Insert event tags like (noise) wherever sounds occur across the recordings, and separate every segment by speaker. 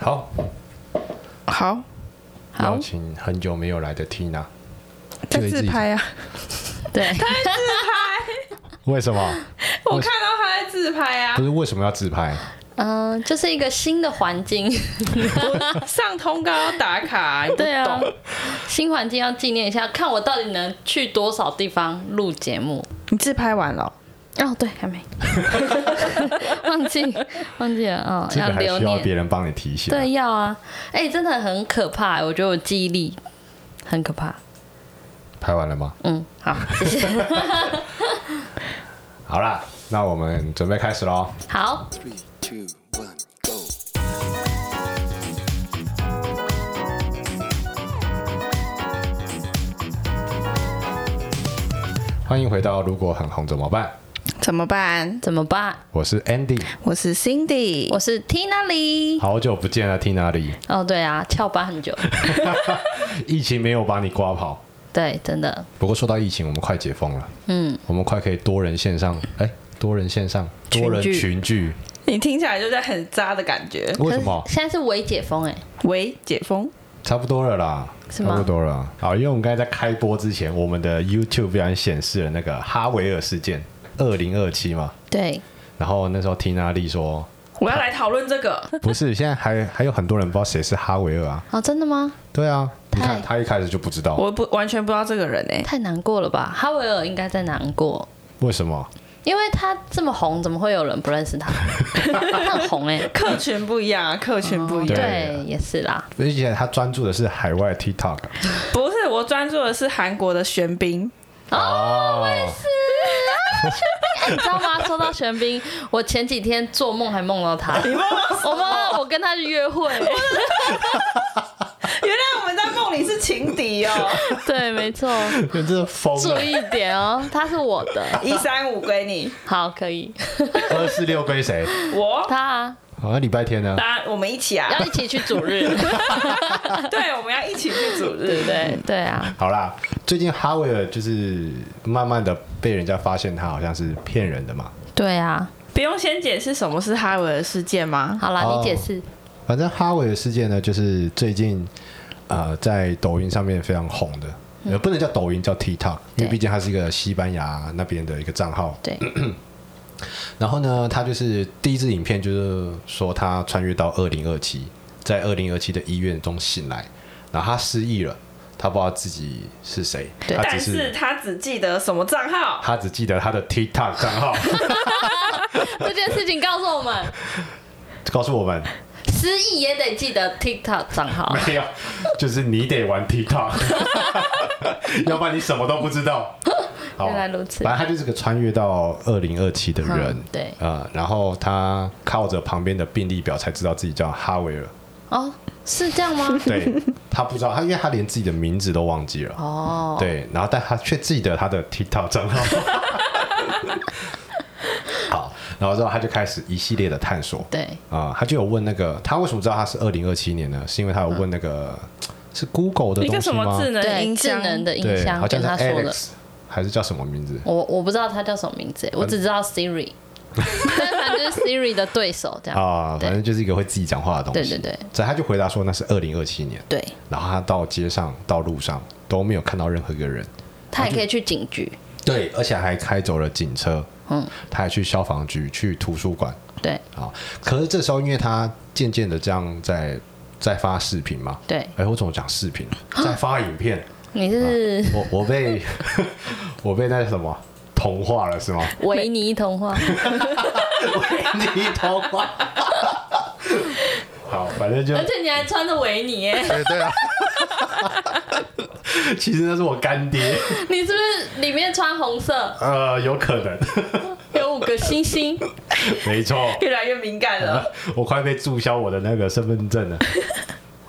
Speaker 1: 好，
Speaker 2: (laughs) 好，好
Speaker 1: 邀，请很久没有来的 Tina，这
Speaker 2: 在
Speaker 1: 个
Speaker 2: 自
Speaker 1: 自己
Speaker 2: 拍啊！
Speaker 3: 对，
Speaker 1: 为什么？
Speaker 2: (laughs) 我看到他在自拍啊
Speaker 1: 不，是为什么要自
Speaker 3: (laughs)
Speaker 1: 拍？
Speaker 3: (laughs) 嗯、就是一个新的环境，
Speaker 2: 上通告要打卡啊、你不
Speaker 3: (laughs) 对啊
Speaker 2: 懂，
Speaker 3: (laughs) 新环境要纪念一下，看我到底能去多少地方录节目。
Speaker 2: 你自拍完了哦、
Speaker 3: 哦，对，还没， (laughs) 忘记忘记了，哦，
Speaker 1: 这个还
Speaker 3: 留
Speaker 1: 需要
Speaker 3: 念。
Speaker 1: 别人帮你提醒。
Speaker 3: 对，要啊，哎、真的很可怕，我觉得我记忆力很可怕。
Speaker 1: 拍完了吗？
Speaker 3: 嗯，好，谢谢。
Speaker 1: 好啦，那我们准备开始喽。
Speaker 3: 好，
Speaker 4: Three, two, one, go.
Speaker 1: 欢迎回到《如果很红怎么办》，
Speaker 2: 怎么办？
Speaker 3: 怎么办？
Speaker 1: 我是
Speaker 3: (laughs)
Speaker 1: Andy，
Speaker 2: 我是 Cindy，
Speaker 3: 我是 Tina 里。
Speaker 1: 好久不见了，Tina 里，
Speaker 3: 哦，对啊，翘班
Speaker 1: (laughs)
Speaker 3: 很久。
Speaker 1: 疫情没有把你刮跑。
Speaker 3: 对，真的，
Speaker 1: 不过说到疫情，我们快解封了，
Speaker 3: 嗯，
Speaker 1: 我们快可以多人线上，哎，多人线上，多人
Speaker 3: 群聚
Speaker 1: 群聚，
Speaker 2: 你听起来就在很渣的感觉。
Speaker 1: 为什么
Speaker 3: 可？是现在是微解封、哎，
Speaker 2: 喂，解封，
Speaker 1: 差不多了啦，
Speaker 3: 是
Speaker 1: 差
Speaker 3: 吗
Speaker 1: 不多了。好，因为我们刚才在开播之前，我们的 YouTube 不小心显示了那个哈维尔事件，二零二七嘛。
Speaker 3: 对，
Speaker 1: 然后那时候缇娜丽说，
Speaker 2: 我要来讨论这个。
Speaker 1: 不是，现在还还有很多人不知道谁是哈维尔啊。
Speaker 3: 哦，真的吗？
Speaker 1: 对啊，你
Speaker 3: 太
Speaker 1: 看他一开始就不知道，
Speaker 2: 我不完全不知道这个人哎、
Speaker 3: 太难过了吧？哈维尔应该在难过，
Speaker 1: 为什么？
Speaker 3: 因为他这么红，怎么会有人不认识他？他很红哎、哦
Speaker 2: 客群不一样啊，客群不一样。
Speaker 1: 对
Speaker 3: 对，也是啦。
Speaker 1: 而且他专注的是海外 TikTok
Speaker 2: 不是，我专注的是韩国的玄彬，
Speaker 3: (laughs)
Speaker 1: 哦，
Speaker 3: 哎，你知道吗？说到玄彬，我前几天做梦还梦到他，我梦到我跟他去约会。
Speaker 2: 原来我们在梦里是情敌哦。
Speaker 3: 对，没错，
Speaker 1: 真是疯
Speaker 3: 注
Speaker 1: 了，
Speaker 3: 意一点哦，他是我的。
Speaker 2: 一三五归你，
Speaker 3: 好，可以。
Speaker 1: 二四六归谁？
Speaker 2: 我
Speaker 3: 他啊，
Speaker 1: 好像礼拜天呢？
Speaker 2: 大家我们一 (laughs) 起啊，
Speaker 3: 要一起去主日，
Speaker 2: 对，我们要一起去组
Speaker 3: 对
Speaker 2: 日。
Speaker 3: 不对？对啊，
Speaker 1: 好啦，最近哈维尔就是慢慢的被人家发现他好像是骗人的嘛。
Speaker 3: 对啊。
Speaker 2: 不用先解释什么是哈维尔事件吗？
Speaker 3: 好啦，
Speaker 1: 哦
Speaker 3: 你解释。
Speaker 1: 反正哈维的事件呢，就是最近呃在抖音上面非常红的，也不能叫抖音，叫 TikTok，因为
Speaker 3: 对
Speaker 1: 毕竟它是一个西班牙那边的一个账号。
Speaker 3: 对，
Speaker 1: 然后呢，他就是第一支影片就是说他穿越到二零二七，在二零二七的医院中醒来，然后他失忆了，他不知道自己是谁，
Speaker 3: 对
Speaker 1: 他只
Speaker 2: 但是他只记得什么账号？
Speaker 1: 他只记得他的 TikTok 账
Speaker 3: (laughs)
Speaker 1: 号，
Speaker 3: 这件事情告诉我们，
Speaker 1: 告诉我们
Speaker 3: 失忆也得记得 TikTok 账号。
Speaker 1: 没有，哎就是你得玩 TikTok，要不然你什么都不知道。好
Speaker 3: 原来如此
Speaker 1: 反正他就是个穿越到二零二七的人
Speaker 3: 嗯，对
Speaker 1: 呃，然后他靠着旁边的病历表才知道自己叫哈维尔，
Speaker 3: 哦，是这
Speaker 1: (laughs)
Speaker 3: 样吗？ (laughs)
Speaker 1: 对他不知道他，因为他连自己的名字都忘记了，
Speaker 3: 哦，
Speaker 1: 对，然后但他却记得他的 TikTok 账
Speaker 3: (laughs)
Speaker 1: 号。好，然后之后他就开始一系列的探索，
Speaker 3: 对，
Speaker 1: 啊、他就有问那个，他为什么知道他是二零二七年呢？是因为他有问那个、是 Google 的
Speaker 2: 一个
Speaker 1: 东西
Speaker 2: 什么
Speaker 1: 吗？
Speaker 2: 智能
Speaker 3: 对，
Speaker 2: 音
Speaker 3: 智
Speaker 2: 箱？
Speaker 3: 能的音
Speaker 1: 对，
Speaker 3: 箱
Speaker 1: 好
Speaker 3: 跟
Speaker 1: 像是
Speaker 3: 他说的。
Speaker 1: Alex 还是叫什么名字？
Speaker 3: 我我不知道他叫什么名字，我只知
Speaker 1: (laughs)
Speaker 3: 道 Siri，但反正就是 Siri 的对手这样。
Speaker 1: 啊，
Speaker 3: 对
Speaker 1: 反正就是一个会自己讲话的东西。
Speaker 3: 对对对。
Speaker 1: 所以他就回答说那是二零二七年，
Speaker 3: 对，
Speaker 1: 然后他到街上、到路上都没有看到任何一个人。
Speaker 3: 他也可以去警局。
Speaker 1: 对，而且还开走了警车，
Speaker 3: 嗯，
Speaker 1: 他还去消防局、去图书馆
Speaker 3: 对
Speaker 1: 啊。可是这时候，因为他渐渐的这样在在发视频嘛，
Speaker 3: 对，
Speaker 1: 哎，我怎么讲视频？
Speaker 3: 啊
Speaker 1: 在发影片。
Speaker 3: 你是
Speaker 1: 我我被我被那什么同化了是吗？
Speaker 3: 维尼童话，
Speaker 1: (laughs) 你同化。好，反正就
Speaker 3: 而且你还穿着维尼耶，
Speaker 1: 对对啊。其实那是我干爹，
Speaker 3: (laughs) 你是不是里面穿红色，
Speaker 1: 呃，有可能，
Speaker 3: 有五个星星？
Speaker 1: 没错， (laughs)
Speaker 2: 越来越敏感了。
Speaker 1: 我快被注销我的那个身份证了。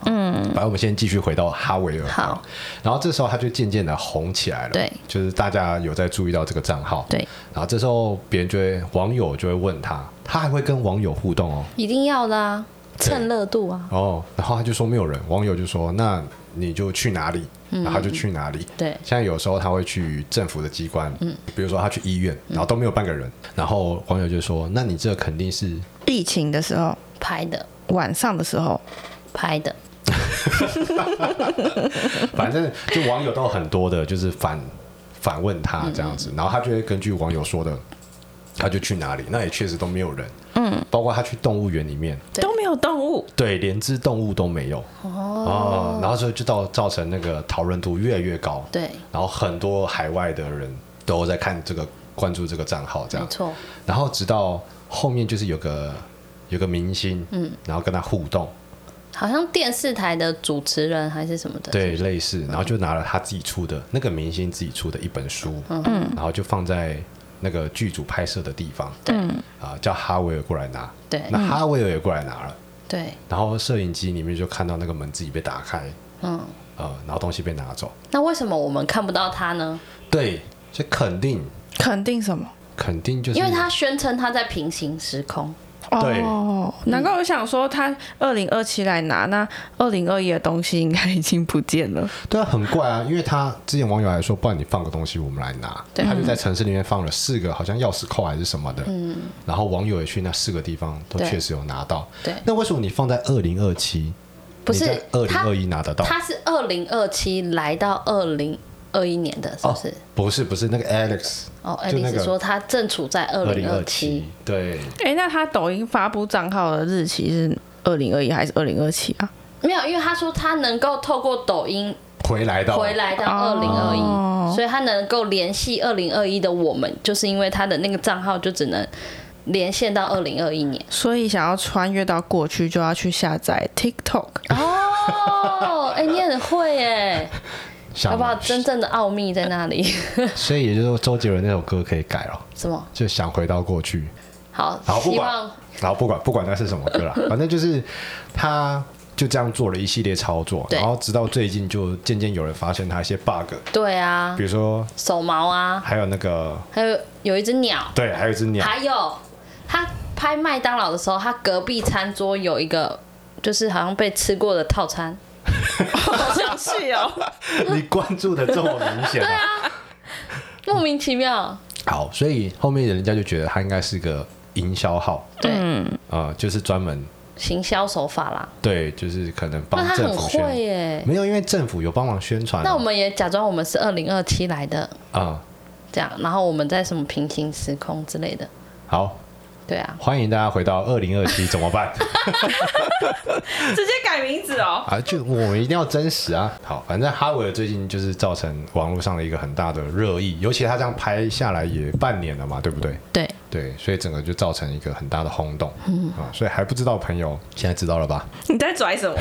Speaker 1: 嗯，反正我们先继续回到哈维尔。
Speaker 3: 好，
Speaker 1: 然后这时候他就渐渐的红起来了。
Speaker 3: 对
Speaker 1: 就是大家有在注意到这个账号。
Speaker 3: 对，
Speaker 1: 然后这时候别人就会网友就会问他，他还会跟网友互动哦。
Speaker 3: 一定要的啊，蹭热度啊。
Speaker 1: 哦，然后他就说没有人，网友就说那你就去哪里，然后他就去哪里。
Speaker 3: 对
Speaker 1: 现在有时候他会去政府的机关，嗯，比如说他去 (laughs) 医院，然后都没有半个人，然后网友就说那你这肯定是
Speaker 2: 疫情的时候，
Speaker 3: 拍的，
Speaker 2: 晚上的时候，
Speaker 3: 拍的，
Speaker 1: 反正就网友都有很多的，就是反反问他这样子，然后他就会根据网友说的，他就去哪里，那也确实都没有人，嗯，包括他去动物园里面，
Speaker 3: 对
Speaker 2: 都没有动物，
Speaker 1: 对，连只动物都没有哦，然后所以就到造成那个讨论度越来越高，
Speaker 3: 对，
Speaker 1: 然后很多海外的人都在看这个关注这个账号这
Speaker 3: 没
Speaker 1: 样，
Speaker 3: 错，
Speaker 1: 然后直到后面就是有个有个明星，嗯，然后跟他互动，
Speaker 3: 好像电视台的主持人还是什么的，
Speaker 1: 对，类似，然后就拿了他自己出的那个明星自己出的一本书，嗯，然后就放在那个剧组拍摄的地方，对，啊，叫哈维尔过来拿，
Speaker 3: 对
Speaker 1: 那哈维尔也过来拿了，
Speaker 3: 对，
Speaker 1: 然后摄影机里面就看到那个门自己被打开，
Speaker 3: 嗯，
Speaker 1: 呃，然后东西被拿走，
Speaker 3: 那为什么我们看不到他呢？
Speaker 1: 对，所以肯定
Speaker 2: 肯定什么？
Speaker 1: 肯定就是
Speaker 3: 因为他宣称他在平行时空，
Speaker 1: 对
Speaker 2: 哦，难怪我想说他二零二七来拿，那二零二一的东西应该已经不见
Speaker 1: (laughs)
Speaker 2: 了。
Speaker 1: 对啊，很怪啊，因为他之前网友还说，不然你放个东西我们来拿，
Speaker 3: 对嗯
Speaker 1: 他就在城市里面放了四个，好像钥匙扣还是什么的，然后网友也去那四个地方都
Speaker 3: 对
Speaker 1: 确实有拿到，
Speaker 3: 对
Speaker 1: 那为什么你放在二零二七，
Speaker 3: 不是
Speaker 1: 二零
Speaker 3: 他
Speaker 1: 二一拿得到？
Speaker 3: 他是二零二七来到二零二一年的，是不是？
Speaker 1: 不是不是那个 Alex
Speaker 3: 哦，爱
Speaker 1: 就
Speaker 3: 丽
Speaker 1: 那
Speaker 3: 丝
Speaker 1: 个
Speaker 3: 说他正处在二
Speaker 1: 二
Speaker 3: 零
Speaker 1: 零
Speaker 3: 二
Speaker 1: 二
Speaker 3: 七
Speaker 1: 七，，对，
Speaker 2: 哎，那他抖音发布账号的日期是二零二一还是二零二七啊？
Speaker 3: 没有，因为他说他能够透过抖音
Speaker 1: 回来到
Speaker 3: 回来到二零二
Speaker 2: 哦
Speaker 3: 一，所以他能够联系二零二一的我们，就是因为他的那个账号就只能连线到二零二一年。
Speaker 2: 所以想要穿越到过去，就要去下载 TikTok。
Speaker 3: 哦， (laughs) 哎，你很会哎，
Speaker 1: 想
Speaker 3: 要不要真正的奥秘在那里？ (laughs)
Speaker 1: 所以也就是说周杰伦那首歌可以改了，
Speaker 3: 什么？
Speaker 1: 就想回到过去，
Speaker 3: 好
Speaker 1: 好，不
Speaker 3: 希
Speaker 1: 管
Speaker 3: 望
Speaker 1: 然后不管不管那是什么歌啦，反正就是他就这样做了一系列操作，
Speaker 3: 对
Speaker 1: 然后直到最近就渐渐有人发现他一些 bug，
Speaker 3: 对啊
Speaker 1: 比，如说
Speaker 3: 手毛啊，
Speaker 1: 还有那个
Speaker 3: 还有有一只鸟，
Speaker 1: 对，还有一只鸟，
Speaker 3: 还有他拍麦当劳的时候，他隔壁餐桌有一个就是好像被吃过的
Speaker 1: (laughs)
Speaker 3: 套餐，
Speaker 2: 好详细哦，
Speaker 1: 你关注的这么明显、
Speaker 3: (laughs)
Speaker 1: 啊，
Speaker 3: 莫名其妙。
Speaker 1: 好，所以后面人家就觉得他应该是个营销号，
Speaker 3: 对，
Speaker 1: 呃，就是专门
Speaker 3: 行销手法啦。
Speaker 1: 对，就是可能帮
Speaker 3: 那他
Speaker 1: 政
Speaker 3: 很
Speaker 1: 府
Speaker 3: 会
Speaker 1: 宣，嗯
Speaker 3: 耶。
Speaker 1: 没有，因为政府有帮忙宣传啊，
Speaker 3: 那我们也假装我们是二零二七来的，
Speaker 1: 啊、
Speaker 3: 这样，然后我们在什么平行时空之类的。
Speaker 1: 好，
Speaker 3: 对啊，
Speaker 1: 欢迎大家回到二零二七，怎么办？
Speaker 2: 直接改名字哦。
Speaker 1: 啊，就我们一定要真实啊！好，反正哈维尔最近就是造成网络上的一个很大的热议，尤其他这样拍下来也半年了嘛，对不对？
Speaker 3: 对，
Speaker 1: 对，所以整个就造成一个很大的轰动。嗯啊，所以还不知道的朋友现在知道了吧？
Speaker 2: (laughs)
Speaker 1: (laughs)
Speaker 2: 你在拽什么？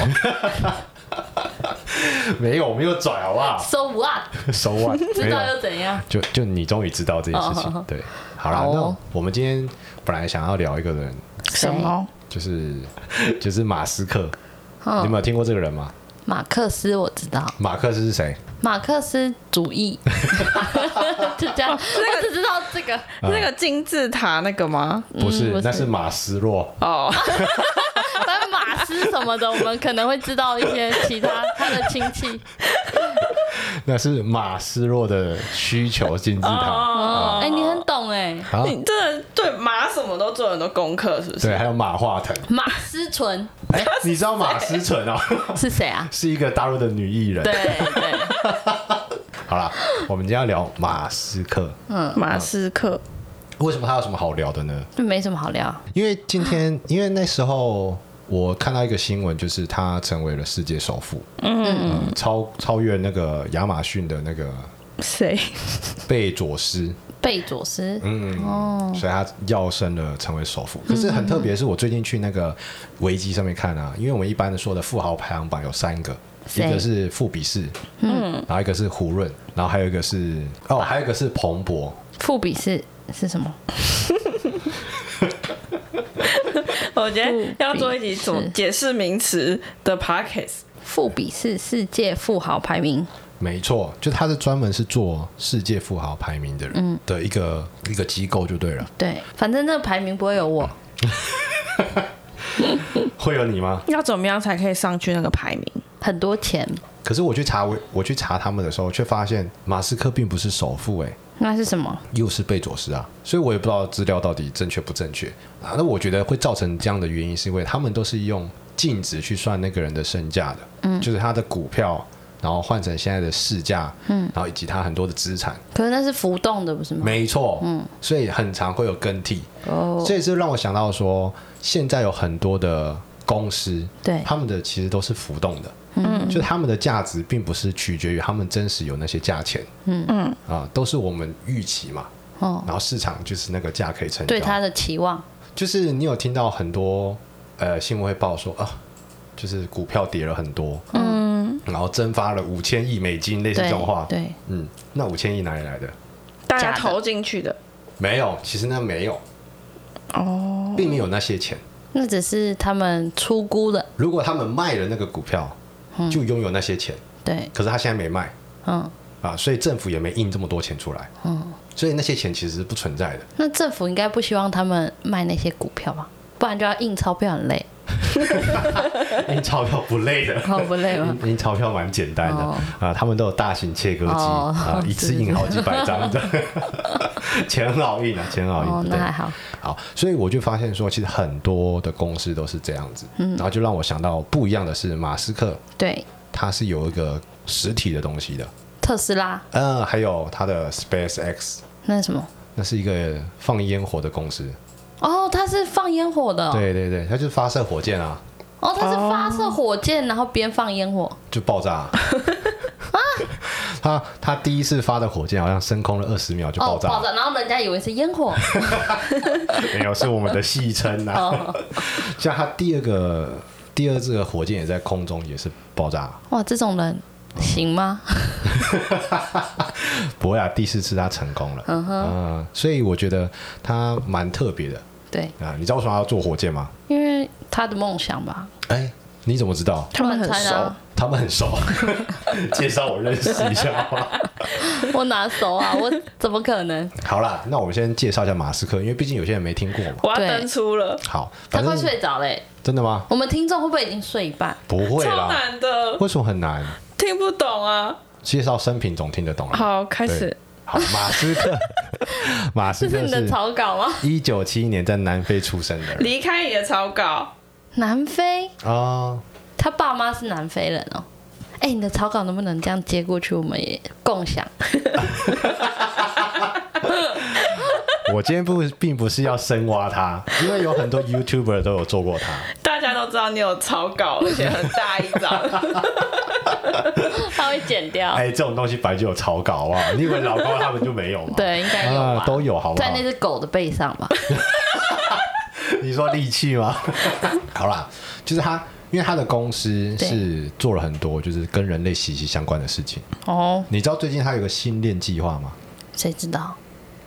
Speaker 1: 没有，没有拽好不
Speaker 3: (laughs)
Speaker 1: 好？
Speaker 3: So what？
Speaker 1: 手腕 (laughs) 没
Speaker 3: 知
Speaker 1: 有啊
Speaker 3: 道，又怎样？
Speaker 1: 就就你终于知道这件事
Speaker 3: 哦好
Speaker 1: 情
Speaker 3: 好。
Speaker 1: 对，好啦
Speaker 3: 好，哦
Speaker 1: 那我们今天本来想要聊一个人，
Speaker 2: 什么？
Speaker 1: 就是 (laughs) 就是马斯克，
Speaker 3: 谁？
Speaker 1: 你有
Speaker 3: 嗯，
Speaker 1: 没有听过这个人吗？
Speaker 3: 马克思我知道，
Speaker 1: 马克思是谁？
Speaker 3: 马克思主义， (laughs) 就这样。我只知道这哦个。
Speaker 2: 那个金字塔那个吗？
Speaker 1: 不是，
Speaker 3: 嗯不是
Speaker 1: 那是马斯洛。
Speaker 2: 哦，
Speaker 3: 反正马斯什么的，我们可能会知道一些其他他的亲戚。
Speaker 1: 那是马斯洛的需求金字塔
Speaker 3: 哎、你很懂哎，
Speaker 1: 啊，
Speaker 2: 哦你真的对马什么都做很多功课，是不是？
Speaker 1: 对，还有马化腾。
Speaker 3: 马思纯
Speaker 1: 哎，你知道马思纯哦，
Speaker 3: 是谁啊？
Speaker 1: (laughs) 是一个大陆的女艺人
Speaker 3: 对。对，
Speaker 1: 好啦，我们今天要聊马斯克，
Speaker 2: 马斯克，
Speaker 1: 为什么他有什么好聊的呢？
Speaker 3: 就没什么好聊。
Speaker 1: 因为今天，因为那时候我看到一个新闻，就是他成为了世界首富，嗯，超超越那个亚马逊的那个
Speaker 2: 谁？
Speaker 1: 贝佐斯，
Speaker 3: 贝佐斯，
Speaker 1: 嗯，所以他要升了成为首富。可是很特别，是我最近去那个维基上面看啊，因为我们一般说的富豪排行榜有三个，一
Speaker 3: 谁
Speaker 1: 个是富比士，嗯，然后一个是胡润，然后还有一个是哦，还有一个是彭博，
Speaker 3: 富比是是什么？
Speaker 2: (laughs) 我觉得要做一集
Speaker 3: 富比士
Speaker 2: 什么解释名词的 podcast。
Speaker 3: 富比是世界富豪排名。
Speaker 1: 没错，就他是专门是做世界富豪排名的人的一个、一个机构就对了。
Speaker 3: 对，反正那个排名不会有我。
Speaker 1: 会有你吗？
Speaker 2: 要怎么样才可以上去那个排名？
Speaker 3: 很多钱，
Speaker 1: 可是我去查我我去查他们的时候，却发现马斯克并不是首富、欸，哎，
Speaker 3: 那是什么？
Speaker 1: 又是贝佐斯啊，所以我也不知道资料到底正确不正确啊。那我觉得会造成这样的原因，是因为他们都是用净值去算那个人的身价的，嗯，就是他的股票，然后换成现在的市价，嗯，然后以及他很多的资产，
Speaker 3: 可是那是浮动的，不是吗？
Speaker 1: 没错，嗯，所以很常会有更替，
Speaker 3: 哦，
Speaker 1: 所以这让我想到说，现在有很多的公司，
Speaker 3: 对
Speaker 1: 他们的其实都是浮动的，嗯，就他们的价值并不是取决于他们真实有那些价钱，嗯嗯，啊，都是我们预期嘛，
Speaker 3: 哦，
Speaker 1: 然后市场就是那个价可以成交。
Speaker 3: 对他的期望，
Speaker 1: 就是你有听到很多呃新闻会报说啊，就是股票跌了很多，嗯，然后蒸发了五千亿美金，类似
Speaker 3: 对
Speaker 1: 这种话，
Speaker 3: 对，
Speaker 1: 嗯，那五千亿哪里来的？
Speaker 2: 大
Speaker 3: 假
Speaker 2: 家
Speaker 3: 的
Speaker 2: 投进去的
Speaker 1: 没有，其实那没有，
Speaker 2: 哦，
Speaker 1: 并没有那些钱。
Speaker 3: 那只是他们出估的，
Speaker 1: 如果他们卖了那个股票，
Speaker 3: 嗯
Speaker 1: 就拥有那些钱，
Speaker 3: 对，
Speaker 1: 可是他现在没卖
Speaker 3: 嗯，
Speaker 1: 啊，所以政府也没印这么多钱出来，嗯，所以那些钱其实是不存在的。
Speaker 3: 那政府应该不希望他们卖那些股票吧？不然就要印钞票，很累，
Speaker 1: (laughs) 印钞票不累的，
Speaker 3: 哦好不累吗？
Speaker 1: (laughs) 印钞票蛮简单的啊
Speaker 3: 哦、
Speaker 1: 他们都有大型切割机
Speaker 3: 哦 (laughs)
Speaker 1: 啊、一次印好几百张的， (laughs) 钱很好印啊，钱很好印。
Speaker 3: 哦，那
Speaker 1: 对
Speaker 3: 还好，
Speaker 1: 好，所以我就发现说，其实很多的公司都是这样子，
Speaker 3: 嗯
Speaker 1: 然后就让我想到不一样的是，马斯克
Speaker 3: 对，
Speaker 1: 他是有一个实体的东西的，
Speaker 3: 特斯拉
Speaker 1: 嗯、还有他的 SpaceX，
Speaker 3: 那是什么？
Speaker 1: 那是一个放烟火的公司，
Speaker 3: 哦，它是放烟火的哦，
Speaker 1: 对对对，它就是发射火箭啊，
Speaker 3: 哦，它是发射火箭，然后边放烟火，
Speaker 1: 就爆炸、
Speaker 3: (laughs)
Speaker 1: 啊。他他第一次发的火箭好像升空了二十秒就爆
Speaker 3: 哦，
Speaker 1: 炸了，
Speaker 3: 爆炸，然后人家以为是
Speaker 1: (laughs)
Speaker 3: 烟火，
Speaker 1: 没有，是我们的戏称
Speaker 3: 哦
Speaker 1: 啊。像它第二个第二次的火箭也在空中也是爆炸，
Speaker 3: 哇，这种人行吗？
Speaker 1: 不会啊，第四次它成功了。嗯所以我觉得它蛮特别的
Speaker 3: 对，
Speaker 1: 啊。你知道为什么要做火箭吗？
Speaker 3: 因为他的梦想吧，
Speaker 1: 哎、你怎么知道？
Speaker 2: 他们很
Speaker 3: 乱猜的
Speaker 2: 熟
Speaker 3: 啊，
Speaker 1: 他们很熟，
Speaker 3: (laughs)
Speaker 1: 介绍我认识一下吧。
Speaker 3: 我哪熟啊？我怎么可能？
Speaker 1: 好啦，那我们先介绍一下马斯克，因为毕竟有些人没听过嘛。
Speaker 2: 我要
Speaker 3: 对
Speaker 2: 登出了，
Speaker 1: 好，
Speaker 3: 他
Speaker 1: 反
Speaker 3: 快
Speaker 1: 正
Speaker 3: 睡着嘞、
Speaker 1: 真的吗？
Speaker 3: 我们听众会不会已经睡一半？
Speaker 1: 不会
Speaker 2: 超
Speaker 1: 啦，
Speaker 2: 难的，
Speaker 1: 为什么很难？
Speaker 2: 听不懂啊。
Speaker 1: 介绍生平总听得懂了。
Speaker 2: 好，开
Speaker 1: 对
Speaker 2: 始。
Speaker 1: 好，马斯
Speaker 3: (laughs)
Speaker 1: 克，马斯
Speaker 3: 这是
Speaker 1: 克
Speaker 3: 你的
Speaker 1: 是
Speaker 3: 草稿吗？
Speaker 1: 一九七一年在南非出生的人
Speaker 2: 离开你的草稿，
Speaker 3: 南非，
Speaker 1: 啊，
Speaker 3: 他爸妈是南非人哦。哎、你的草稿能不能这样接过去，我们也共享？
Speaker 1: 我今天不并不是要深挖他，因为有很多 YouTuber 都有做过他。
Speaker 3: 哦
Speaker 2: 大家都知道你有草稿，而且很大一 (laughs) 张。
Speaker 3: 他会剪掉。
Speaker 1: 哎、这种东西本来就有草稿啊，你以为老高他们就没有吗？
Speaker 3: (laughs) 对，应该有吧、
Speaker 1: 啊，都有好不
Speaker 3: 在
Speaker 1: 好
Speaker 3: 那？只狗的背上吧。
Speaker 1: 你说利器
Speaker 3: (laughs)
Speaker 1: 吗？好啦，就是他，因为他的公司是做了很多就是跟人类息息相关的事情。
Speaker 3: 哦，
Speaker 1: 你知道最近他有个星链计划吗？
Speaker 3: (laughs) 谁知道？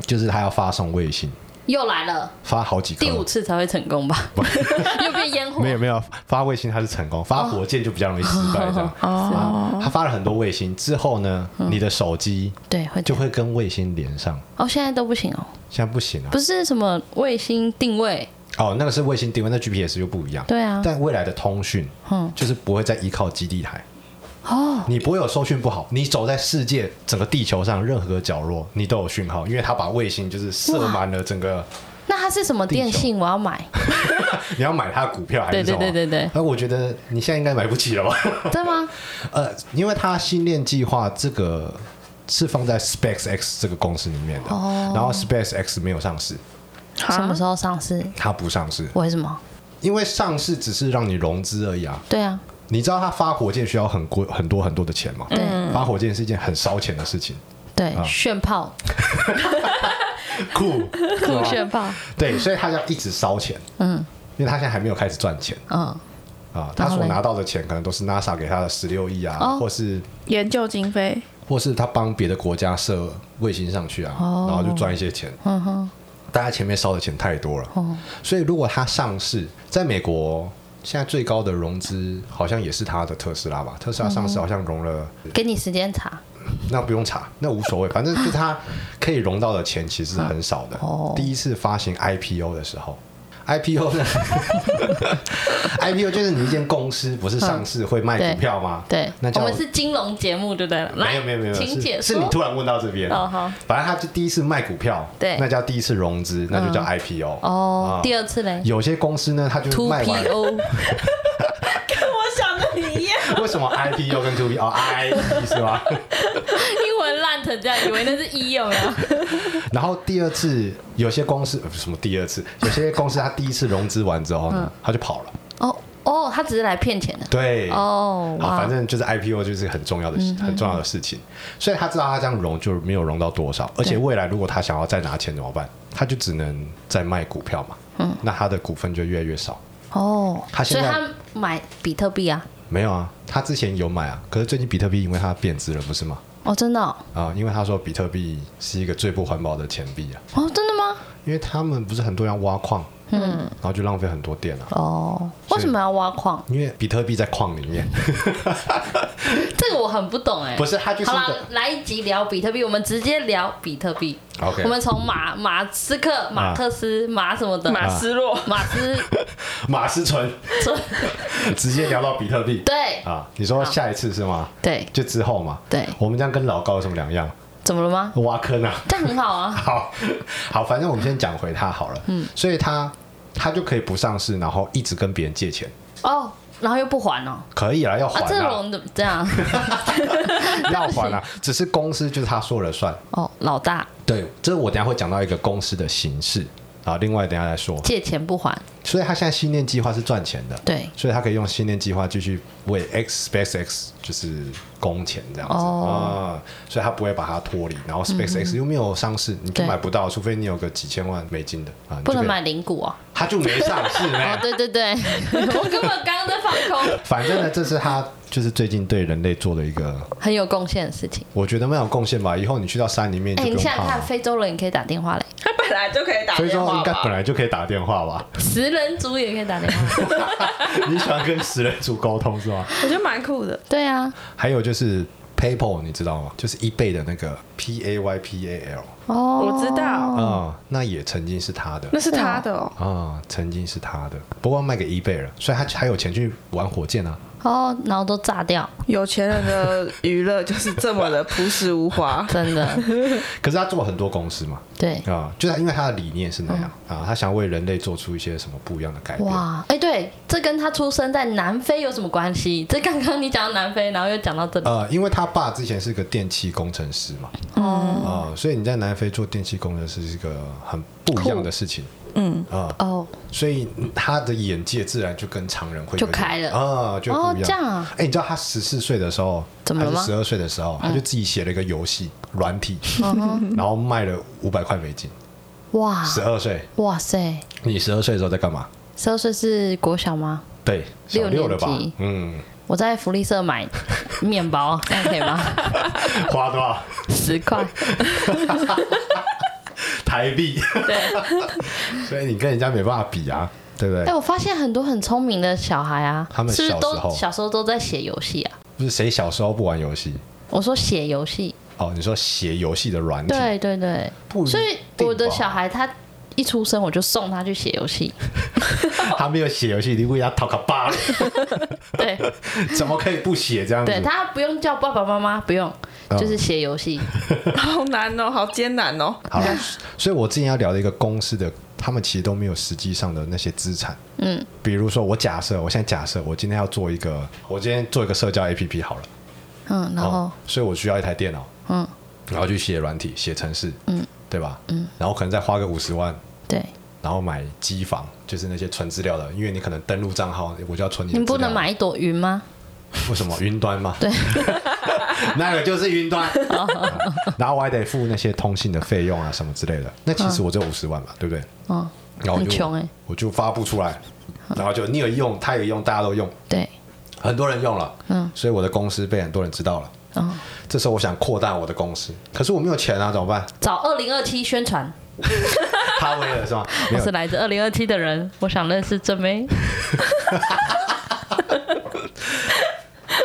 Speaker 1: 就是他要发送卫星，
Speaker 3: 又来了，
Speaker 1: 发好几颗。
Speaker 3: 第五次才会成功吧？ (laughs) 又变烟火
Speaker 1: 没有没有，发卫星它是成功，
Speaker 3: 哦
Speaker 1: 发火箭就比较容易失败这
Speaker 3: (laughs)
Speaker 1: 样。哦，他发了很多卫星之后呢，你的手机
Speaker 3: 对，会
Speaker 1: 就会跟卫星连上，
Speaker 3: 哦，现在都不行哦，
Speaker 1: 现在不行啊
Speaker 3: 不。是什么卫星定位，
Speaker 1: 哦，那个是卫星定位，那 GPS 就不一样。
Speaker 3: 对啊，
Speaker 1: 但未来的通讯
Speaker 3: 嗯，
Speaker 1: 就是不会再依靠基地台，
Speaker 3: 哦，
Speaker 1: 你不会有收讯不好，你走在世界整个地球上任何个角落，你都有讯号，因为它把卫星就是射满了整个。
Speaker 3: 那它是什么电信？我
Speaker 1: (laughs)
Speaker 3: 要买，
Speaker 1: 你要买它的股票还是
Speaker 3: 对
Speaker 1: 什
Speaker 3: 对
Speaker 1: 么？啊哎
Speaker 3: 对对对
Speaker 1: 那我觉得你现在应该买不起了吧？
Speaker 3: 对吗？
Speaker 1: 呃，因为它星链计划这个是放在 SpaceX 这个公司里面的，
Speaker 3: 哦
Speaker 1: 然后 SpaceX 没有上市，
Speaker 3: 什么时
Speaker 2: 候？
Speaker 3: 候上市？
Speaker 1: 它不上市，
Speaker 3: 为什么？
Speaker 1: 因为上市只是让你融资而已啊。
Speaker 3: 对啊，
Speaker 1: 你知道它发火箭需要很贵很多很多的钱吗？
Speaker 3: 对
Speaker 1: 发火箭是一件很烧钱的事情，
Speaker 3: 对，
Speaker 1: 啊
Speaker 3: 炫炮，
Speaker 1: 酷
Speaker 3: 酷炫炮，
Speaker 1: (laughs) 对，所以它要一直烧钱，
Speaker 3: 嗯
Speaker 1: 因为它现在还没有开始赚钱
Speaker 3: 嗯，
Speaker 1: 啊，
Speaker 3: 然
Speaker 1: 它
Speaker 3: 后
Speaker 1: 所
Speaker 3: 嘞
Speaker 1: 拿到的钱可能都是 NASA 给它的十六亿啊，
Speaker 3: 哦
Speaker 1: 或是
Speaker 2: 研究经费，
Speaker 1: 或是他帮别的国家设卫星上去啊，
Speaker 3: 哦
Speaker 1: 然后就赚一些钱。
Speaker 3: 嗯哼，
Speaker 1: 大家前面烧的钱太多了，
Speaker 3: 哦
Speaker 1: 所以如果它上市，在美国现在最高的融资好像也是它的特斯拉吧？特斯拉上
Speaker 3: 哦
Speaker 1: 市好像融了，
Speaker 3: 给你时间查，
Speaker 1: 那不用查，那无所谓，反正就是它可以融到的钱其实很少的。
Speaker 3: 哦
Speaker 1: 第一次发行 IPO 的时候 IPO 呢 (laughs) ？IPO 就是你一间公司不是上市会卖股票吗？
Speaker 3: 嗯对，
Speaker 1: 那
Speaker 3: 我
Speaker 1: 叫
Speaker 3: 们是金融节目，对不对了？来
Speaker 1: 没有没有没有，
Speaker 3: 请解
Speaker 1: 是
Speaker 3: 说。
Speaker 1: 是你突然问到这边，
Speaker 3: 哦好
Speaker 1: 反正他就第一次卖股票，
Speaker 3: 对
Speaker 1: 那叫第一次融资，那就叫 IPO。
Speaker 3: 哦
Speaker 1: 啊，
Speaker 3: 第二次嘞
Speaker 1: 有些公司呢，它就是
Speaker 3: ，Two
Speaker 1: 卖完
Speaker 3: PO，
Speaker 2: 跟我想的一样。
Speaker 1: (laughs)
Speaker 3: 哦
Speaker 1: 为什么 IPO 跟 To B 哦 I E 是吧？ (laughs)
Speaker 3: 英文烂成这样，以为那是 E 一有没有？
Speaker 1: 然后第二次有些公司呃不是什么第二次，有些公司它第一次融资完之后
Speaker 3: 嗯
Speaker 1: 呢，它就跑了。
Speaker 3: (laughs) 哦哦，他只是来骗钱的。
Speaker 1: 对，
Speaker 3: 哦，
Speaker 1: 啊，
Speaker 3: 哇嗯
Speaker 1: 反，正就是 IPO 就是很重要的、很重要的事情，所以他知道他这样融就没有融到多少，而且未来如果他想要再拿钱怎么办？他就只能再卖股票嘛，嗯，那他的股份就越来越少。
Speaker 3: 哦，
Speaker 1: 他
Speaker 3: 所
Speaker 1: 现
Speaker 3: 以
Speaker 1: 在
Speaker 3: 他买比特币啊？
Speaker 1: 没有啊，他之前有买啊，可是最近比特币因为它贬值了，不是吗？
Speaker 3: 哦，真的哦，
Speaker 1: 啊，因为他说比特币是一个最不环保的钱币啊，
Speaker 3: 哦真的吗？
Speaker 1: 因为他们不是很多人要挖矿，嗯，然后就浪费很多电啊，
Speaker 3: 哦，
Speaker 1: 所以
Speaker 3: 为什么要挖矿？
Speaker 1: 因为比特币在矿里面， (laughs)
Speaker 3: 这个我很不懂哎。
Speaker 1: 不是它就是一个
Speaker 3: 好啦，来一集聊比特币，我们直接聊比特币。
Speaker 1: OK
Speaker 3: 我们从马马斯克、马克思、马什么的
Speaker 2: 马斯洛，
Speaker 3: 马斯，
Speaker 1: 马斯
Speaker 3: (laughs)
Speaker 1: 纯直接聊到比特币，
Speaker 3: 对
Speaker 1: 啊，你说下一次是吗？
Speaker 3: 对，
Speaker 1: 就之后嘛。
Speaker 3: 对
Speaker 1: 我们这样跟老高有什么两样？
Speaker 3: 怎么了吗？
Speaker 1: 挖坑啊！ (laughs)
Speaker 3: 这样很好啊。
Speaker 1: 好好，反正我们先讲回他好了。嗯，所以他他就可以不上市，然后一直跟别人借钱，
Speaker 3: 哦，然后又不还哦。
Speaker 1: 可以啊，要还
Speaker 3: 啊，这
Speaker 1: 啊，
Speaker 3: 种怎么这样？
Speaker 1: (laughs) 要还啊，只是公司就是他说了算。
Speaker 3: (laughs) 哦，老大
Speaker 1: 对，这我等一下会讲到一个公司的形式啊，另外等一下再说。
Speaker 3: 借钱不还，
Speaker 1: 所以他现在信念计划是赚钱的，
Speaker 3: 对
Speaker 1: 所以他可以用信念计划继续为 X SpaceX 就是供钱这样子啊、
Speaker 3: 哦嗯
Speaker 1: 所以他不会把它脱离。然后 SpaceX 又没有上市，你就
Speaker 3: 对
Speaker 1: 买不到，除非你有个几千万美金的啊，你就
Speaker 3: 不能
Speaker 1: 可以
Speaker 3: 买，零股哦。
Speaker 1: 他就没上市
Speaker 3: (laughs) 哦，
Speaker 1: 呢。
Speaker 3: 对对对，我根本刚刚在放空，
Speaker 1: 反正呢，这是他就是最近对人类做的一个，
Speaker 3: 很有贡献的事情。
Speaker 1: 我觉得蛮有贡献吧。以后你去到山里面就
Speaker 3: 哎、
Speaker 1: 不
Speaker 3: 你
Speaker 1: 用
Speaker 3: 想想
Speaker 1: 怕
Speaker 3: 看，
Speaker 1: 了。
Speaker 3: 非洲人也可以打电话嘞，
Speaker 2: 他本来就可以打
Speaker 1: 所以
Speaker 2: 电
Speaker 1: 说
Speaker 2: 话
Speaker 1: 应该本
Speaker 2: 吧？
Speaker 1: 来就可以打电话
Speaker 3: (laughs)
Speaker 1: 吧？
Speaker 3: 食人族也可以打电话。
Speaker 1: 你喜欢跟食人族沟通是吗？
Speaker 2: 我觉得蛮酷的。
Speaker 3: 对啊，
Speaker 1: 还有就是 PayPal，你知道吗？就是 eBay 的那个 P A Y P A L
Speaker 3: 哦，
Speaker 2: 我知道
Speaker 1: 啊、那也曾经是他的
Speaker 2: 那是他的哦，
Speaker 1: 啊、曾经是他的，不过卖给 eBay 了，所以他还有钱去玩火箭啊。
Speaker 3: 哦，然后都炸掉，。
Speaker 2: 有钱人的娱乐就是这么的朴实无 (laughs) 华
Speaker 3: 真的。
Speaker 1: 可是他做了很多公司嘛，
Speaker 3: 对，
Speaker 1: 啊、就是因为他的理念是那样、啊，他想为人类做出一些什么不一样的改变。
Speaker 3: 嗯哇，哎、对，这跟他出生在南非有什么关系？这刚刚你讲到南非，然后又讲到这里，
Speaker 1: 呃，因为他爸之前是个电气工程师嘛，哦、所以你在南非做电气工程师是一个很不一样的事情，嗯啊、
Speaker 3: 哦，
Speaker 1: 所以他的眼界自然就跟常人会有
Speaker 3: 就开了
Speaker 1: 点啊，就
Speaker 3: 哦
Speaker 1: 不一
Speaker 3: 这
Speaker 1: 样。
Speaker 3: 样啊
Speaker 1: 哎、你知道他十四岁的时候，
Speaker 3: 怎么了吗嗯
Speaker 1: 还是十二岁的时候，他就自己写了一个游戏软体，然后卖了五百块美金。
Speaker 3: 哇，
Speaker 1: 十二岁，
Speaker 3: 哇塞，
Speaker 1: 你十二岁的时候在干嘛？
Speaker 3: 十二岁是国小吗？
Speaker 1: 对，小
Speaker 3: 六
Speaker 1: 六了吧
Speaker 3: 年级？
Speaker 1: 嗯，
Speaker 3: 我在福利社买面 (laughs) 包，这样可以吗？
Speaker 1: 花多少
Speaker 3: 十块，
Speaker 1: 台币？
Speaker 3: 对。
Speaker 1: (laughs) 所以你跟人家没办法比啊，对不
Speaker 3: 哎、
Speaker 1: 对？
Speaker 3: 我发现很多很聪明的小孩啊，
Speaker 1: 他们
Speaker 3: 是不
Speaker 1: 小
Speaker 3: 是
Speaker 1: 时
Speaker 3: 都
Speaker 1: 候
Speaker 3: 小时候都在写游戏啊？
Speaker 1: 不是谁小时候不玩游戏？
Speaker 3: 我说写游戏，
Speaker 1: 哦，你说写游戏的软体，
Speaker 3: 对对对，
Speaker 1: 不一定
Speaker 3: 所
Speaker 1: 吧
Speaker 3: 以我的小孩他一出生我就送他去写
Speaker 1: (laughs)
Speaker 3: 游戏，
Speaker 1: 他没有写游戏，你为他讨个巴，
Speaker 3: 对
Speaker 1: (laughs) 怎么可以不写这样子？
Speaker 3: 对，他不用叫爸爸妈妈，不用，
Speaker 1: 嗯
Speaker 3: 就是写游戏。
Speaker 2: 好难哦，好艰难哦。
Speaker 1: 好
Speaker 3: 嗯
Speaker 1: 了，所以我之前要聊的一个公司的，他们其实都没有实际上的那些资产。嗯，比如说我假设，我现在假设我今天要做一个，我今天做一个社交 APP 好了，
Speaker 3: 嗯，然后
Speaker 1: 哦，所以我需要一台电脑，
Speaker 3: 嗯，
Speaker 1: 然后去写软体、写程式，嗯，对吧？嗯，然后可能再花个五十万，
Speaker 3: 对，
Speaker 1: 然后买机房，就是那些存资料的，因为你可能登录账号，我就要存你。
Speaker 3: 你不能，买一朵云吗？
Speaker 1: 为什么？云端嘛。对， (laughs) 那个就是云
Speaker 3: (laughs)
Speaker 1: 端。
Speaker 3: 哦
Speaker 1: 然后我还得付那些通信的费用啊，什么之类的。那其实我只有五十万嘛，对不对？
Speaker 3: 嗯，
Speaker 1: 然后我
Speaker 3: 很
Speaker 1: 就
Speaker 3: 穷欸
Speaker 1: 我就发布出来，然后就你有用，他有用，大家都用，
Speaker 3: 对，
Speaker 1: 很多人用了，嗯，所以我的公司被很多人知道了。
Speaker 3: 嗯，
Speaker 1: 这时候我想扩大我的公司，可是我没有钱啊，怎么
Speaker 3: (laughs)
Speaker 1: 办？
Speaker 3: 找二零二七宣传。
Speaker 1: 哈维尔是吗？没
Speaker 3: 我
Speaker 1: 有
Speaker 3: 哦是，来自二零二七的人，我想认识正妹。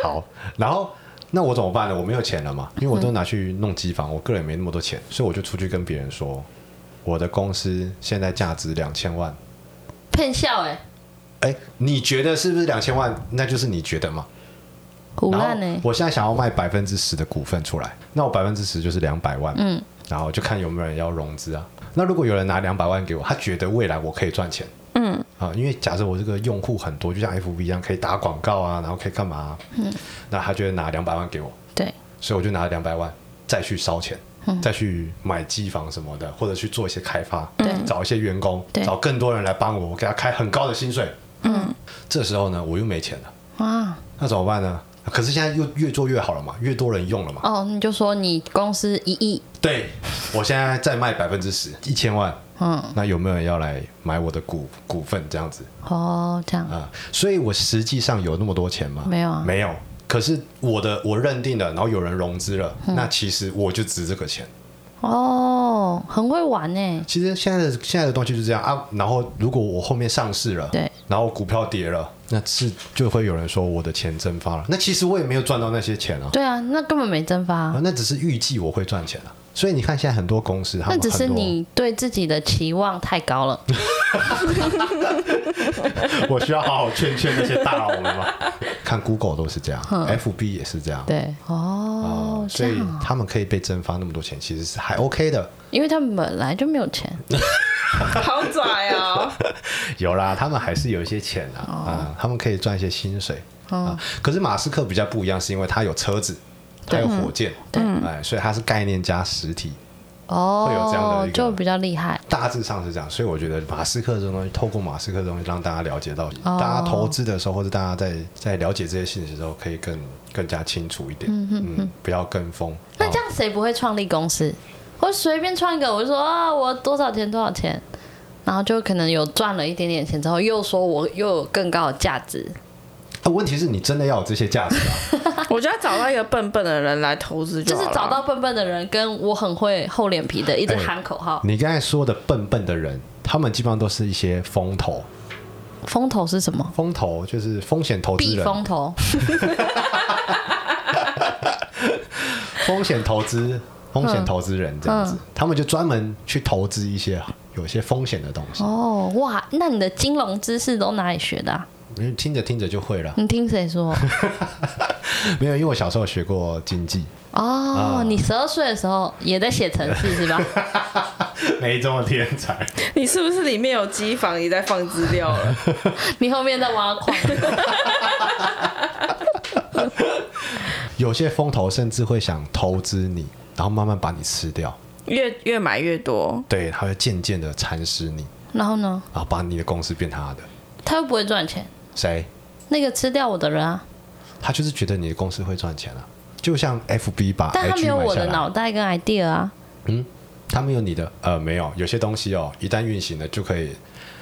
Speaker 1: 好，然后。那我怎么办呢？我没有钱了嘛，因为我都拿去弄机房，我个人也没那么多钱，所以我就出去跟别人说，我的公司现在价值两千万，
Speaker 3: 骗笑哎、
Speaker 1: 哎，你觉得是不是两千万？那就是你觉得嘛。
Speaker 3: 胡
Speaker 1: 然
Speaker 3: 烂
Speaker 1: 后
Speaker 3: 哎，
Speaker 1: 我现在想要卖百分之十的股份出来，那我百分之十就是两百万，嗯，然后就看有没有人要融资啊。那如果有人拿两百万给我，他觉得未来我可以赚钱，嗯，啊，因为假设我这个用户很多，就像 FB 一样，可以打广告啊，然后可以干嘛、嗯，那他就会拿两百万给我，
Speaker 3: 对，
Speaker 1: 所以我就拿两百万再去烧钱，再去买机房什么的，或者去做一些开发，找一些员工，
Speaker 3: 对
Speaker 1: 找更多人来帮我，我给他开很高的薪水。嗯，这时候呢，我又没钱了，
Speaker 3: 哇
Speaker 1: 那怎么办呢？可是现在又越做越好了嘛，越多人用了嘛。
Speaker 3: 哦，你就说你公司一亿，
Speaker 1: 对，我现在再卖百分之十，一千万，
Speaker 3: 嗯，
Speaker 1: 那有没有人要来买我的股股份这样子
Speaker 3: 哦，这样，
Speaker 1: 啊、所以我实际上有那么多钱吗？
Speaker 3: 没有啊
Speaker 1: 没有。可是我的我认定了，然后有人融资了，
Speaker 3: 嗯
Speaker 1: 那其实我就值这个钱。
Speaker 3: 哦，很会玩哎、
Speaker 1: 其实现在的现在的东西就是这样啊。然后如果我后面上市了，
Speaker 3: 对，
Speaker 1: 然后股票跌了，那是就会有人说我的钱蒸发了。那其实我也没有赚到那些钱啊，
Speaker 3: 对啊，那根本没蒸发、
Speaker 1: 啊那只是预计我会赚钱啊。所以你看现在很多公司，他
Speaker 3: 那
Speaker 1: 们
Speaker 3: 只是
Speaker 1: 很多
Speaker 3: 你对自己的期望太高了。
Speaker 1: (laughs) 我需要好好劝劝那些大佬们吗？ (laughs) 看 Google 都是这样，FB 也是这样，
Speaker 3: (laughs) 嗯对，哦
Speaker 1: 啊，
Speaker 3: 这
Speaker 1: 所以
Speaker 3: 样啊，
Speaker 1: 他们可以被蒸发那么多钱，其实是还 OK 的。
Speaker 3: 因为他们本来就没有钱。
Speaker 2: 好拽哦！
Speaker 1: 有啦，他们还是有一些钱啊，
Speaker 3: 哦
Speaker 1: 啊，他们可以赚一些薪水啊。可是马斯克比较不一样，是因为他有车子，他有火箭，
Speaker 3: 对
Speaker 1: 哎，所以他是概念加实体。
Speaker 3: 哦，
Speaker 1: 会有这样的一个
Speaker 3: 就比较厉害。
Speaker 1: 大致上是这样，所以我觉得马斯克这种东西，透过马斯克这东西，让大家了解到，
Speaker 3: 哦
Speaker 1: 大家投资的时候，或者大家在在了解这些信息的时候，可以更更加清楚一点，嗯不要跟风。
Speaker 3: 那
Speaker 1: 啊
Speaker 3: 这样谁不会创立公司？我随便创一个，我就说啊，我多少钱多少钱，然后就可能有赚了一点点钱之后，又说我又有更高的价值。
Speaker 1: 啊问题是你真的要有这些价值啊，
Speaker 2: 我就要找到一个笨笨的人来投资
Speaker 3: 就是
Speaker 2: 好了
Speaker 3: 找到笨笨的人，跟我很会厚脸皮的一直
Speaker 1: 哎
Speaker 3: 喊口号。
Speaker 1: (laughs) 你刚才说的笨笨的人，他们基本上都是一些风投，
Speaker 3: 风投是什么？
Speaker 1: 风投就是风险投资
Speaker 3: 避
Speaker 1: 人，
Speaker 3: 风头。
Speaker 1: 风险投
Speaker 3: (laughs)
Speaker 1: 资。风
Speaker 3: 嗯
Speaker 1: 险投资人这样子，他们就专门去投资一些有些风险的东西，
Speaker 3: 哦，哇，那你的金融知识都哪里学的、啊？
Speaker 1: 因为听着听着就会了。
Speaker 3: 你听谁说？嗯
Speaker 1: 没有，因为我小时候学过经济， (laughs)
Speaker 3: 哦，你十二岁的时候也在写程式是吧？
Speaker 1: 没这么天才。
Speaker 2: 你是不是里面有机房，你在放资料了？
Speaker 3: 你后面在挖矿。
Speaker 1: 有些风投甚至会想投资你，然后慢慢把你吃掉，
Speaker 2: (laughs) 越越买越多，
Speaker 1: 对，他会渐渐的蚕食你，
Speaker 3: 然后呢，
Speaker 1: 然后把你的公司变他的。
Speaker 3: 他又不会赚钱，
Speaker 1: 谁？
Speaker 3: 那个吃掉我的人啊，
Speaker 1: 他就是觉得你的公司会赚钱啊，就像 FB 把 IG
Speaker 3: 但他没有
Speaker 1: 买
Speaker 3: 我
Speaker 1: 下
Speaker 3: 的
Speaker 1: 来，
Speaker 3: 脑袋跟 idea 啊。
Speaker 1: 嗯，他没有你的，呃，没有，有些东西哦，一旦运行了就可以，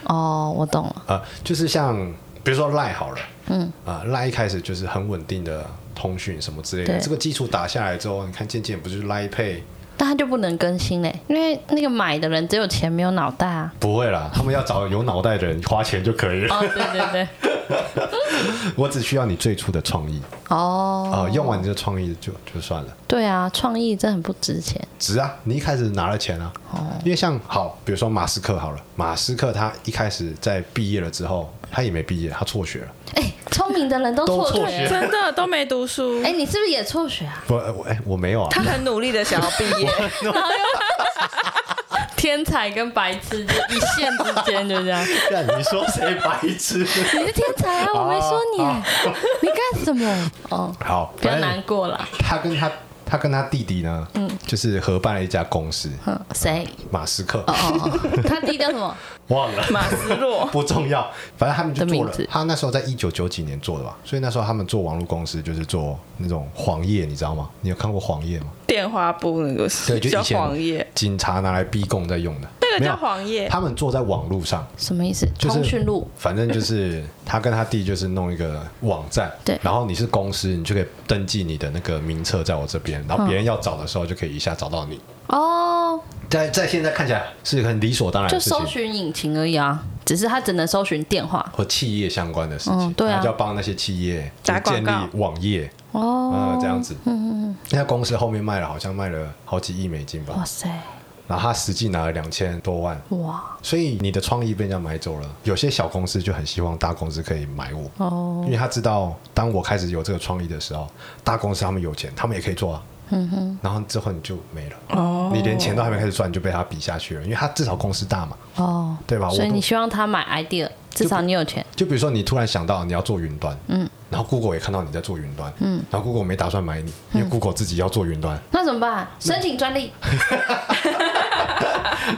Speaker 3: 哦，我懂了。
Speaker 1: 呃，就是像比如说 Line 好了，嗯，啊、Line 一开始就是很稳定的通讯什么之类的，
Speaker 3: 对
Speaker 1: 这个基础打下来之后，你看渐渐不就是 Line Pay
Speaker 3: 但他就不能更新嘞，因为那个买的人只有钱没有脑袋啊。
Speaker 1: 不会啦，他们要找有脑袋的人花钱就可以了，
Speaker 3: 哦，对对对，
Speaker 1: (laughs) 我只需要你最初的创意。
Speaker 3: (laughs) 哦，
Speaker 1: 啊、用完你这创意就就算了，
Speaker 3: 对啊，创意真的很不值钱。
Speaker 1: 值啊！你一开始拿了钱啊，
Speaker 3: 哦
Speaker 1: 因为像好，比如说马斯克好了，马斯克他一开始在毕业了之后，他也没毕业，他辍学了。
Speaker 3: 哎，聪明的人都
Speaker 1: 都
Speaker 3: 辍
Speaker 1: 辍
Speaker 3: 学
Speaker 1: 学。
Speaker 2: 真的都没读书。
Speaker 3: 哎，你是不是也辍学啊？
Speaker 1: 不，呃我哎、我没有啊，
Speaker 2: 他很努力的想要毕业，
Speaker 3: 天才跟白痴就一线之间就这样。
Speaker 1: 干你说谁白痴？
Speaker 3: (laughs) 你是天才啊， (laughs) 我没说你，你干什么？哦，
Speaker 1: 好，
Speaker 3: 不要
Speaker 1: 反正
Speaker 3: 难嗯过啦。
Speaker 1: 他跟他他跟他弟弟呢，就是合办了一家公司，
Speaker 3: 嗯，谁？
Speaker 1: 马斯克、
Speaker 3: 哦，他弟叫什 (laughs) 么？
Speaker 1: 忘了。
Speaker 2: 马斯洛。
Speaker 1: (laughs) 不重要，反正他们就
Speaker 3: 的
Speaker 1: 做
Speaker 3: 名
Speaker 1: 了
Speaker 3: 字。
Speaker 1: 他那时候在一九九几年做的吧，所以那时候他们做网络公司就是做那种黄页，你知道吗？你有看过黄页吗？
Speaker 2: 电话簿那个是
Speaker 1: 对，就
Speaker 2: 叫
Speaker 1: 以前
Speaker 2: 黄页，
Speaker 1: 警察拿来逼供在用的，
Speaker 2: 那个
Speaker 1: 没有
Speaker 2: 叫黄页。
Speaker 1: 他们坐在网络上，
Speaker 3: 什么意思？
Speaker 1: 就是
Speaker 3: 通讯录。
Speaker 1: 反正就是
Speaker 3: (laughs)
Speaker 1: 他跟他弟就是弄一个网站，
Speaker 3: 对
Speaker 1: 然后你是公司，你就可以登记你的那个名册在我这边，
Speaker 3: 嗯
Speaker 1: 然后别人要找的时候就可以一下找到你。
Speaker 3: 哦，
Speaker 1: 在在现在看起来是很理所当然
Speaker 3: 就
Speaker 1: 的事
Speaker 3: 搜
Speaker 1: 情，
Speaker 3: 寻引擎而已啊，只是他只能搜寻电话。
Speaker 1: 和企业相关的事情，
Speaker 3: 嗯对啊
Speaker 1: 他就要帮那些企业就
Speaker 2: 打
Speaker 1: 建
Speaker 2: 广
Speaker 1: 立
Speaker 2: 告
Speaker 1: 网页。呃
Speaker 3: 哦，
Speaker 1: 啊、这样子，嗯嗯嗯，那公司后面卖了，好像卖了好几亿美金吧
Speaker 3: 哇，塞，
Speaker 1: 然后他实际拿了两千多万，
Speaker 3: 哇，
Speaker 1: 所以你的创意被人家买走了。有些小公司就很希望大公司可以买我，
Speaker 3: 哦，
Speaker 1: 因为他知道，当我开始有这个创意的时候，大公司他们有钱，他们也可以做啊。嗯哼，然后之后你就没了，
Speaker 2: 哦
Speaker 1: 你连钱都还没开始赚，你就被他比下去了，因为他至少公司大嘛，
Speaker 3: 哦，
Speaker 1: 对吧？
Speaker 3: 所以
Speaker 1: 我不
Speaker 3: 你希望他买 idea，至少你有钱，
Speaker 1: 就比如说你突然想到你要做云端，嗯，然后 Google 也看到你在做云端，嗯，然后 Google 没打算买你，因为 Google 自己要做云端，
Speaker 3: 那怎么办？申请专利，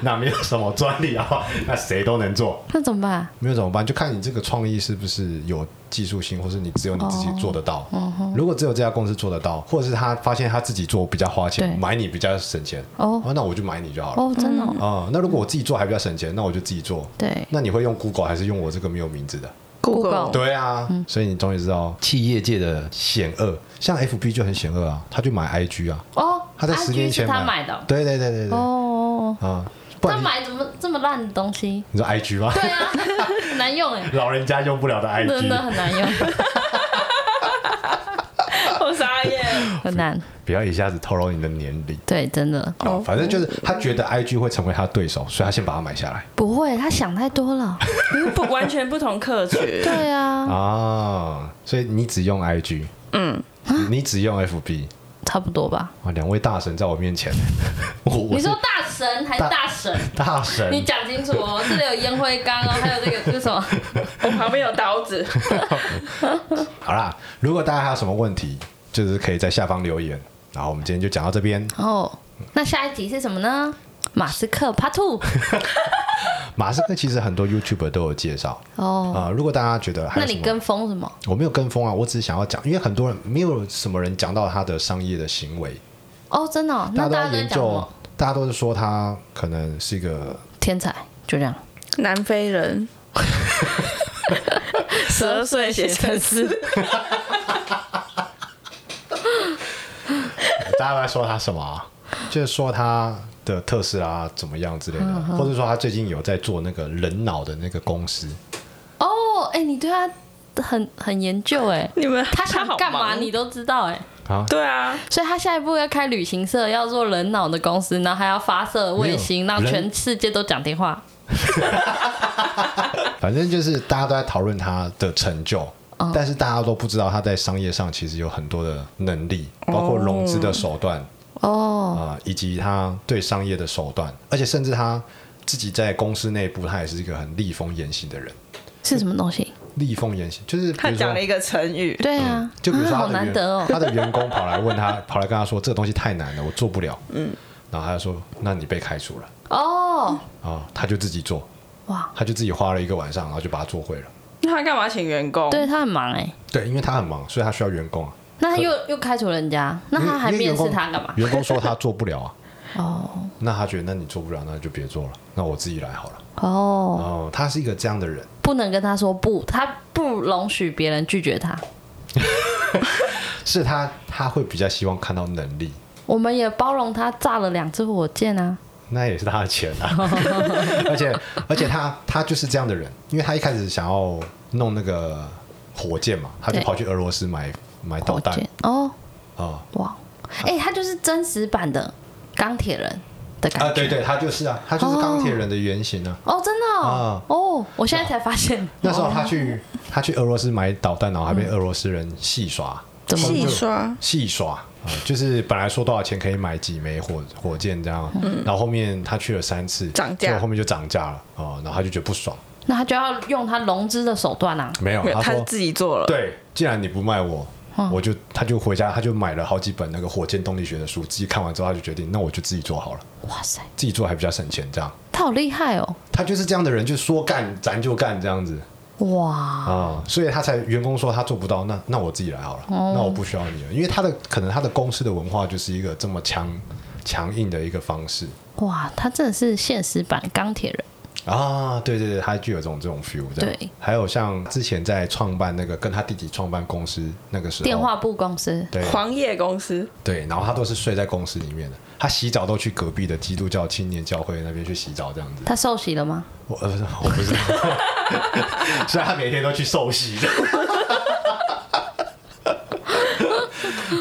Speaker 1: 那没有什么专利啊，那谁都能做，
Speaker 3: 那怎么办？
Speaker 1: 没有怎么办？就看你这个创意是不是有技术性，或是你只有你自己做得
Speaker 3: 哦
Speaker 1: 到。
Speaker 3: 嗯
Speaker 1: 如果只有这家公司做得到，或者是他发现他自己做比较花钱，
Speaker 3: 对
Speaker 1: 买你比较省钱，
Speaker 3: 哦
Speaker 1: 那我就买你就好了。
Speaker 3: 哦，真的哦、
Speaker 1: 啊、那如果我自己做还比较省钱，那我就自己做。
Speaker 3: 对哦
Speaker 1: 那你会用 Google 还是用我这个没有名字的？
Speaker 3: Google
Speaker 1: 对啊，
Speaker 3: 嗯
Speaker 1: 所以你终于知道企业界的险恶，像 FB 就很险恶啊，他就买 IG 啊，
Speaker 3: 哦，
Speaker 1: 他在十
Speaker 3: IG
Speaker 1: 年前
Speaker 3: 是他买的哦，
Speaker 1: 对对对对对，
Speaker 3: 哦
Speaker 1: 啊、
Speaker 3: 哦，哦
Speaker 1: 不
Speaker 3: 他
Speaker 1: 然你
Speaker 3: 买怎么这么烂的东西？ (laughs)
Speaker 1: 你说 IG 吗？
Speaker 3: 对啊，很难用哎，
Speaker 1: (laughs) 老人家用不了的
Speaker 3: 真的
Speaker 1: IG，
Speaker 3: 很难用，
Speaker 2: (laughs)
Speaker 1: (laughs)
Speaker 2: 我傻眼。
Speaker 3: 很难，
Speaker 1: 不要一下子透露你的年龄。
Speaker 3: 对，真的
Speaker 1: 哦，反正
Speaker 3: 嗯
Speaker 1: 就是他觉得 IG 会成为他对手，所以他先把它买下来
Speaker 3: 不会，他想太多了。
Speaker 2: 不完全不同客群。
Speaker 3: 对啊，
Speaker 1: 啊。所以你只用 IG，嗯，你只用 FB。
Speaker 3: 差不多吧。
Speaker 1: 哇，两位大神在我面前， (laughs) 我我
Speaker 3: 你
Speaker 1: 是
Speaker 3: 说大神还是大神？
Speaker 1: 大神，
Speaker 3: 你讲清楚 (laughs) 哦，这里有烟灰缸哦，还有这个这是什么？
Speaker 2: (laughs) 我旁边有刀子，
Speaker 1: 好啦。如果大家还有什么问题，就是可以在下方留言。然后我们今天就讲到这边。
Speaker 3: 哦，那下一题是什么呢？马斯克 Part (laughs) Two
Speaker 1: 马斯克其实很多 YouTuber 都有介绍
Speaker 3: 哦，
Speaker 1: 啊、如果大家觉得还
Speaker 3: 那
Speaker 1: 有什
Speaker 3: 你
Speaker 1: 么
Speaker 3: 跟风什么？
Speaker 1: 我没有跟风啊，我只是想要讲，因为很多人没有什么人讲到他的商业的行为，
Speaker 3: 哦，真的哦，那
Speaker 1: 大家都在
Speaker 3: 大家都在
Speaker 1: 研
Speaker 3: 讲什
Speaker 1: 究
Speaker 3: 么？，
Speaker 1: 大家都是说他可能是一个
Speaker 3: 天才就这样，
Speaker 2: (laughs) 南非人， (laughs) 十二岁写成诗，
Speaker 1: 大家都在说他什么、啊？ (laughs) 就是说他的特斯拉怎么样之类
Speaker 2: 嗯
Speaker 1: 的，啊或者说他最近有在做那个人脑的那个公司，
Speaker 3: 哦，哎，你对他很很研究哎，
Speaker 2: 你们
Speaker 3: 他想
Speaker 2: 好
Speaker 3: 干嘛
Speaker 2: 忙
Speaker 3: 你都知道哎，
Speaker 2: 对啊，
Speaker 3: 所以他下一步要开旅行社，要做人脑的公司，然后还要发射卫星，
Speaker 1: 没有
Speaker 3: 让
Speaker 1: 人
Speaker 3: 全世界都讲电话。
Speaker 1: 反正就是大家都在讨论他的成就。
Speaker 2: 嗯
Speaker 1: 但是大家都不知道他在商业上其实有很多的能力，
Speaker 2: 哦
Speaker 1: 包括融资的手段
Speaker 3: 哦，
Speaker 1: 啊、以及他对商业的手段，而且甚至他自己在公司内部，他也是一个很立风言行的人。
Speaker 3: 是什么东西？
Speaker 1: 立风言行就是比
Speaker 2: 他
Speaker 1: 如
Speaker 2: 讲了一
Speaker 1: 说，
Speaker 2: 个成语，
Speaker 3: 对啊，
Speaker 1: 嗯就比如说他
Speaker 3: 啊好
Speaker 1: 的
Speaker 3: 难
Speaker 1: 员
Speaker 3: 得哦。
Speaker 1: 他的员工跑来问他， (laughs) 跑来跟他说这个东西太难了，我做不了。嗯，然后他就说，那你被开除了
Speaker 3: 哦，
Speaker 1: 啊，他就自己做，
Speaker 3: 哇，
Speaker 1: 他就自己花了一个晚上，然后就把它做会了。
Speaker 2: 那他干嘛请员工？
Speaker 3: 对他很忙哎、
Speaker 1: 对，因为他很忙，所以他需要员工啊。
Speaker 3: 那他又又开除人家，那
Speaker 1: 因为
Speaker 3: 他还
Speaker 1: 因为
Speaker 3: 面
Speaker 1: 员
Speaker 3: 试
Speaker 1: 工
Speaker 3: 他干嘛？
Speaker 1: 员工说他做不了啊，
Speaker 3: 哦
Speaker 1: 那他觉得那你做不了，那就别做了，那我自己来好了。
Speaker 3: 哦，
Speaker 1: 哦，他是一个这样的人。
Speaker 3: 不能跟他说不，他不容许别人拒绝他。
Speaker 1: 是他他会比较希望看到能力，
Speaker 3: 我们也包容他炸了两支火箭啊！
Speaker 1: 那也是他的钱
Speaker 3: (laughs)
Speaker 1: 啊。而且而且他他就是这样的人，因为他一开始想要弄那个火箭嘛，他就
Speaker 3: 对
Speaker 1: 跑去俄罗斯买买导
Speaker 3: 火
Speaker 1: 弹
Speaker 3: 箭哦，
Speaker 1: 啊
Speaker 3: 哇，哎、他就是真实版的钢铁人的感觉。
Speaker 1: 啊，对对，他就是啊，他就是钢铁人的原型啊。
Speaker 3: 哦，真的哦，哦我现在才发现，
Speaker 1: 那时候他去他去俄罗斯买导弹，然后还被俄罗斯人戏耍，
Speaker 3: 怎么
Speaker 2: 戏刷，
Speaker 1: 戏耍啊，就是本来说多少钱可以买几枚火火箭这样，啊
Speaker 3: 嗯
Speaker 1: 然后后面他去了三次，
Speaker 2: 涨价
Speaker 1: 结果后面就涨价了啊，然后他就觉得不爽，
Speaker 3: 那他就要用他融资的手段啊！
Speaker 1: 没有，
Speaker 2: 没有，
Speaker 1: 他
Speaker 2: 他
Speaker 1: 说
Speaker 2: 自己做了。
Speaker 1: 对，既然你不卖我，我就他就回家，他就买了好几本那个火箭动力学的书，自己看完之后他就决定，那我就自己做好了，
Speaker 3: 哇塞，
Speaker 1: 自己做还比较省钱，这样。
Speaker 3: 他好厉害哦！
Speaker 1: 他就是这样的人，就说干咱就干这样子
Speaker 3: 哇，
Speaker 1: 啊、所以他才员工说他做不到，那那我自己来好了，那我不需要你了，因为他的可能他的公司的文化就是一个这么强强硬的一个方式
Speaker 3: 哇，他真的是现实版钢铁人。
Speaker 1: 啊，对对对，他就有这种这种 feel，这样
Speaker 3: 对
Speaker 1: 还有像之前在创办那个跟他弟弟创办公司那个时候，
Speaker 3: 电话簿公司
Speaker 1: 对
Speaker 2: 黄叶公司，
Speaker 1: 对，然后他都是睡在公司里面的，他洗澡都去隔壁的基督教青年教会那边去洗澡这样子。
Speaker 3: 他受洗了吗？
Speaker 1: 我呃，我不知道， (laughs) 所以他每天都去受洗的。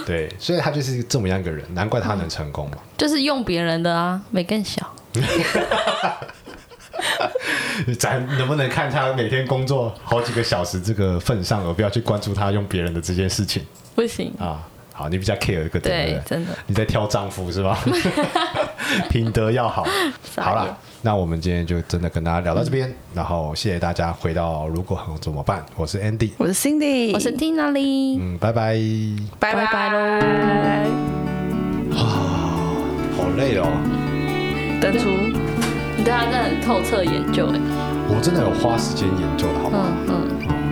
Speaker 1: 对，所以他就是这么样一个人，难怪他能成功嘛。
Speaker 3: 就是用别人的啊，没更小。
Speaker 1: (laughs) 咱能不能看他每天工作好几个小时这个份上，而不要去关注他用别人的这件事情
Speaker 3: 不行，
Speaker 1: 啊？好，你比较 care 一个点，对
Speaker 3: 对
Speaker 1: 不，对？
Speaker 3: 真的
Speaker 1: 你在挑丈夫是
Speaker 3: (laughs)
Speaker 1: 吧？品德要好。
Speaker 3: 傻眼
Speaker 1: 好啦，那我们今天就真的跟大家聊到这边，然后谢谢大家回到如果很怎么办？我是 Andy，
Speaker 2: 我是 Cindy，
Speaker 3: 我是 Tina 哩。
Speaker 1: 嗯，拜拜。
Speaker 2: 拜
Speaker 3: 拜拜
Speaker 2: 拜
Speaker 1: 好累哦，
Speaker 2: 登出。
Speaker 3: 啊你对他真的很透彻研究哎。
Speaker 1: 我真的有花时间研究的好吗？
Speaker 3: 嗯嗯，